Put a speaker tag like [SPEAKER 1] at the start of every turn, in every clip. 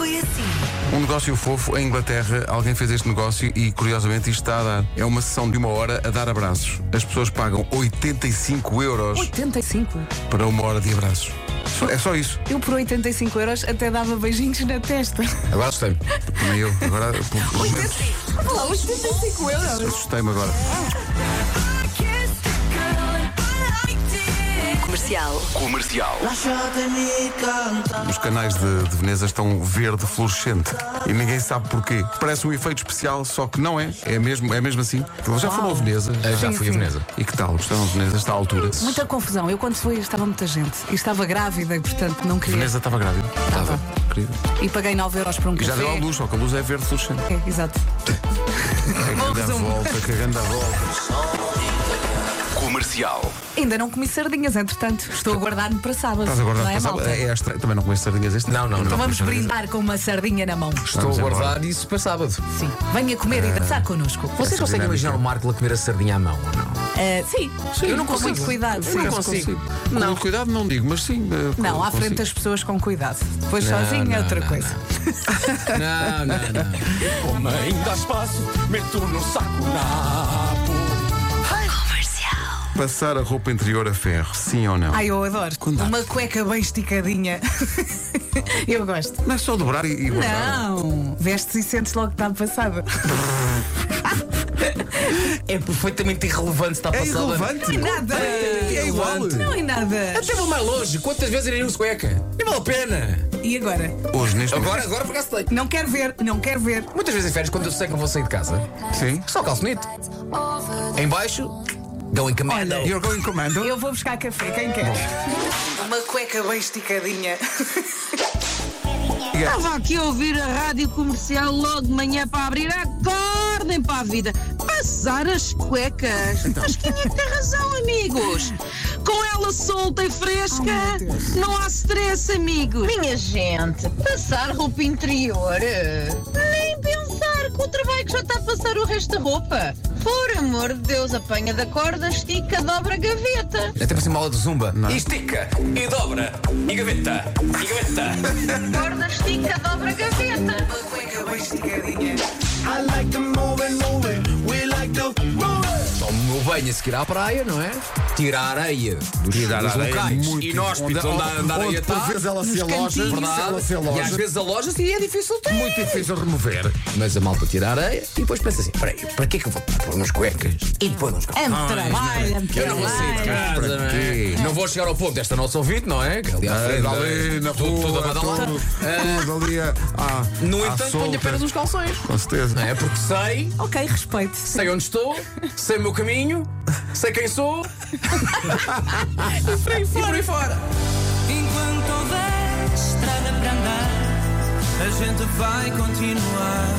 [SPEAKER 1] assim.
[SPEAKER 2] Um negócio fofo em Inglaterra, alguém fez este negócio e curiosamente isto está a dar. É uma sessão de uma hora a dar abraços. As pessoas pagam 85 euros
[SPEAKER 3] 85?
[SPEAKER 2] para uma hora de abraços. Só- É só isso.
[SPEAKER 3] Eu por 85 euros até dava beijinhos na testa.
[SPEAKER 2] Agora assustei-me. Também eu. Agora pelo- pelo menos,
[SPEAKER 3] 85? Lá,
[SPEAKER 1] assim.
[SPEAKER 3] 85 euros?
[SPEAKER 2] assustei-me agora.
[SPEAKER 4] Comercial.
[SPEAKER 2] Os canais de, de Veneza estão verde fluorescente e ninguém sabe porquê. Parece um efeito especial, só que não é. É mesmo, é mesmo assim. Já foram a Veneza.
[SPEAKER 5] já
[SPEAKER 3] Sim,
[SPEAKER 5] fui
[SPEAKER 3] sim.
[SPEAKER 5] a Veneza.
[SPEAKER 2] E que tal? Gostaram de Veneza? Está à altura.
[SPEAKER 3] Muita confusão. Eu quando fui estava muita gente. E estava grávida e portanto não queria.
[SPEAKER 2] Veneza estava grávida.
[SPEAKER 3] Estava.
[SPEAKER 2] Querido.
[SPEAKER 3] E paguei 9 euros por um
[SPEAKER 2] E
[SPEAKER 3] café.
[SPEAKER 2] já deu à luz, só que a luz é verde fluorescente.
[SPEAKER 3] É, exato.
[SPEAKER 2] Cagando a volta, cagando a volta.
[SPEAKER 6] Comercial.
[SPEAKER 3] Ainda não comi sardinhas, entretanto. Estou a guardar-me para sábado.
[SPEAKER 2] Estás agora
[SPEAKER 3] não é,
[SPEAKER 2] a passar.
[SPEAKER 3] malta?
[SPEAKER 2] É extra. Também não comeste sardinhas este?
[SPEAKER 5] Não, não, não.
[SPEAKER 3] Então vamos brindar com uma sardinha na mão.
[SPEAKER 5] Estou
[SPEAKER 2] Vamos
[SPEAKER 5] a
[SPEAKER 2] embora.
[SPEAKER 5] guardar isso para sábado.
[SPEAKER 3] Sim. Venha comer e dançar connosco.
[SPEAKER 5] Vocês conseguem
[SPEAKER 2] dinâmica.
[SPEAKER 5] imaginar o Marco a comer a sardinha à mão ou não?
[SPEAKER 3] Ah, sim.
[SPEAKER 5] eu não
[SPEAKER 3] com muito
[SPEAKER 5] consigo.
[SPEAKER 3] Cuidado.
[SPEAKER 5] Eu
[SPEAKER 3] sim.
[SPEAKER 5] não consigo.
[SPEAKER 2] Não. Com muito cuidado não digo, mas sim. eh, com-
[SPEAKER 3] Não, à frente
[SPEAKER 2] consigo.
[SPEAKER 3] das pessoas com cuidado. Depois
[SPEAKER 5] Não,
[SPEAKER 3] sozinho é
[SPEAKER 5] não,
[SPEAKER 3] outra
[SPEAKER 5] não,
[SPEAKER 3] coisa.
[SPEAKER 5] Não, não, não.
[SPEAKER 6] Homem, dá espaço, meto no saco nabo.
[SPEAKER 2] Passar a roupa interior a ferro, sim ou não?
[SPEAKER 3] Ai, eu adoro.
[SPEAKER 2] Quando há-
[SPEAKER 3] Uma cueca bem esticadinha. eu gosto.
[SPEAKER 2] Não é só dobrar e, e guardar.
[SPEAKER 3] Não, vestes e sentes logo que está passada.
[SPEAKER 5] É perfeitamente irrelevante se está
[SPEAKER 2] É
[SPEAKER 5] passada.
[SPEAKER 2] irrelevante.
[SPEAKER 3] Nada.
[SPEAKER 5] É igual.
[SPEAKER 3] Não é nada.
[SPEAKER 5] Até vou mais longe. Quantas vezes irei no cueca? Nem vale a pena.
[SPEAKER 3] E agora?
[SPEAKER 2] Hoje, neste
[SPEAKER 5] Agora, agora, por acaso tenho.
[SPEAKER 3] Não quero ver, não quero ver.
[SPEAKER 5] Muitas vezes em férias, quando eu sei que eu vou sair de casa,
[SPEAKER 2] momento. Sim.
[SPEAKER 5] só calçonete. Em baixo, going commando.
[SPEAKER 3] Olha,
[SPEAKER 2] You're going commando?
[SPEAKER 3] Eu vou buscar café, quem quer? Uma cueca bem esticadinha.
[SPEAKER 7] Estava aqui a ouvir a rádio comercial logo de manhã para abrir. Acordem para a vida. Passar as cuecas. Mas quem é que tem razão, amigos? Com ela solta e fresca, não há stress, amigos. Minha gente, passar roupa interior. Nem pensar com o trabalho que já está a passar o resto da roupa. Por amor de Deus, apanha da corda, estica, dobra a gaveta.
[SPEAKER 5] Até para uma aula de zumba.
[SPEAKER 6] E estica, e dobra, e gaveta, e gaveta.
[SPEAKER 7] Corda, estica, dobra a gaveta.
[SPEAKER 3] Uma cueca bem esticadinha.
[SPEAKER 5] Tomo o meu banho a seguir à praia, não é? Tirar a areia dos,
[SPEAKER 2] Tirar
[SPEAKER 5] dos
[SPEAKER 2] a areia
[SPEAKER 5] locais
[SPEAKER 2] muito
[SPEAKER 5] inóspitos onde, a- onde a areia está.
[SPEAKER 8] por vezes ela se aloja, por
[SPEAKER 2] é
[SPEAKER 8] vezes ela se
[SPEAKER 5] Verdade. E às
[SPEAKER 8] aloja.
[SPEAKER 5] vezes aloja-se e é difícil ter.
[SPEAKER 8] Muito difícil remover.
[SPEAKER 5] Mas a malta tira a areia e depois pensa assim: peraí, para que é que eu vou pôr uns cuecas e pôr uns cuecas?
[SPEAKER 3] Amo trabalho, amo
[SPEAKER 5] Eu não vou sair de
[SPEAKER 3] trabalho.
[SPEAKER 5] casa, não é? Não vou chegar ao ponto desta nossa ouvinte, não é? Que ali à frente,
[SPEAKER 2] Ali na
[SPEAKER 5] tudo,
[SPEAKER 2] rua,
[SPEAKER 5] tudo abadalado.
[SPEAKER 2] tudo,
[SPEAKER 5] Ah,
[SPEAKER 2] tudo ali a- à-
[SPEAKER 5] No
[SPEAKER 2] à
[SPEAKER 5] entanto, ponho
[SPEAKER 2] solta.
[SPEAKER 5] apenas uns calções.
[SPEAKER 2] Com certeza.
[SPEAKER 5] Não é? Porque sei,
[SPEAKER 3] Ok, respeito.
[SPEAKER 5] sei onde estou, sei o meu caminho, sei quem sou. e por aí fora.
[SPEAKER 9] Enquanto houver estrada para andar, a gente vai continuar.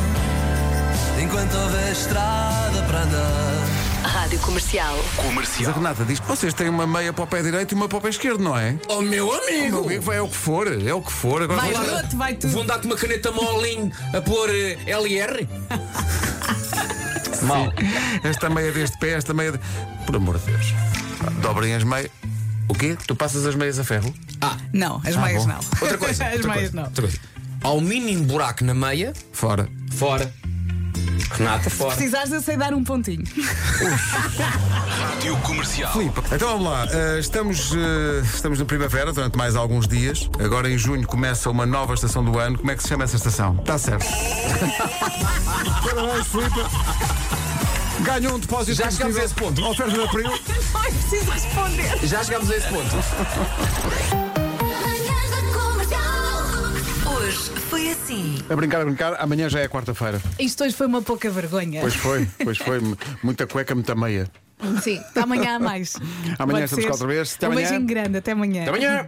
[SPEAKER 9] Enquanto houver estrada para andar.
[SPEAKER 4] Rádio Comercial.
[SPEAKER 2] Mas a Renata diz: vocês têm uma meia para o pé direito e uma para o pé esquerdo, não é?
[SPEAKER 5] Oh meu
[SPEAKER 2] Meu
[SPEAKER 5] amigo!
[SPEAKER 2] amigo, é o que for, é o que for. Agora
[SPEAKER 3] Vai
[SPEAKER 2] vocês-
[SPEAKER 3] outro, vai tudo.
[SPEAKER 5] Vão dar-te uma caneta molin a pôr eh, LR? Mal.
[SPEAKER 2] Esta meia deste pé, esta meia. De... Por amor de Deus. Dobrem as meias. O quê? Tu passas as meias a ferro?
[SPEAKER 5] Ah,
[SPEAKER 3] Não, as meias
[SPEAKER 2] bom.
[SPEAKER 3] não.
[SPEAKER 5] Outra coisa.
[SPEAKER 3] As
[SPEAKER 5] outra
[SPEAKER 3] meias
[SPEAKER 5] coisa,
[SPEAKER 3] não.
[SPEAKER 5] outra coisa. Ao mínimo um buraco na meia,
[SPEAKER 2] Fora.
[SPEAKER 5] fora. Renata, fora.
[SPEAKER 3] Precisares, eu sei dar um pontinho.
[SPEAKER 6] Rádio Comercial.
[SPEAKER 2] Filipe. Então vamos lá. eh, estamos, eh, estamos na primavera durante mais alguns dias. Agora em junho começa uma nova estação do ano. Como é que se chama essa estação? Está certo. Parabéns, Filipe. Ganhou um depósito
[SPEAKER 5] Já
[SPEAKER 2] de
[SPEAKER 5] chegámos a esse ponto.
[SPEAKER 2] Oferta de abril.
[SPEAKER 3] Ai, é preciso responder.
[SPEAKER 5] Já chegámos a esse ponto.
[SPEAKER 1] Manhãs da Comercial.
[SPEAKER 4] Hoje foi assim.
[SPEAKER 8] A brincar, a brincar, amanhã já é quarta-feira.
[SPEAKER 3] Isto hoje foi uma pouca vergonha.
[SPEAKER 8] Pois foi, pois foi. Muita cueca, muita meia.
[SPEAKER 3] Sim, amanhã há mais.
[SPEAKER 8] Amanhã
[SPEAKER 3] Pode
[SPEAKER 8] estamos
[SPEAKER 3] ser.
[SPEAKER 8] cá outra vez. Até
[SPEAKER 3] um
[SPEAKER 8] amanhã.
[SPEAKER 3] beijinho grande, até amanhã.
[SPEAKER 8] Até amanhã!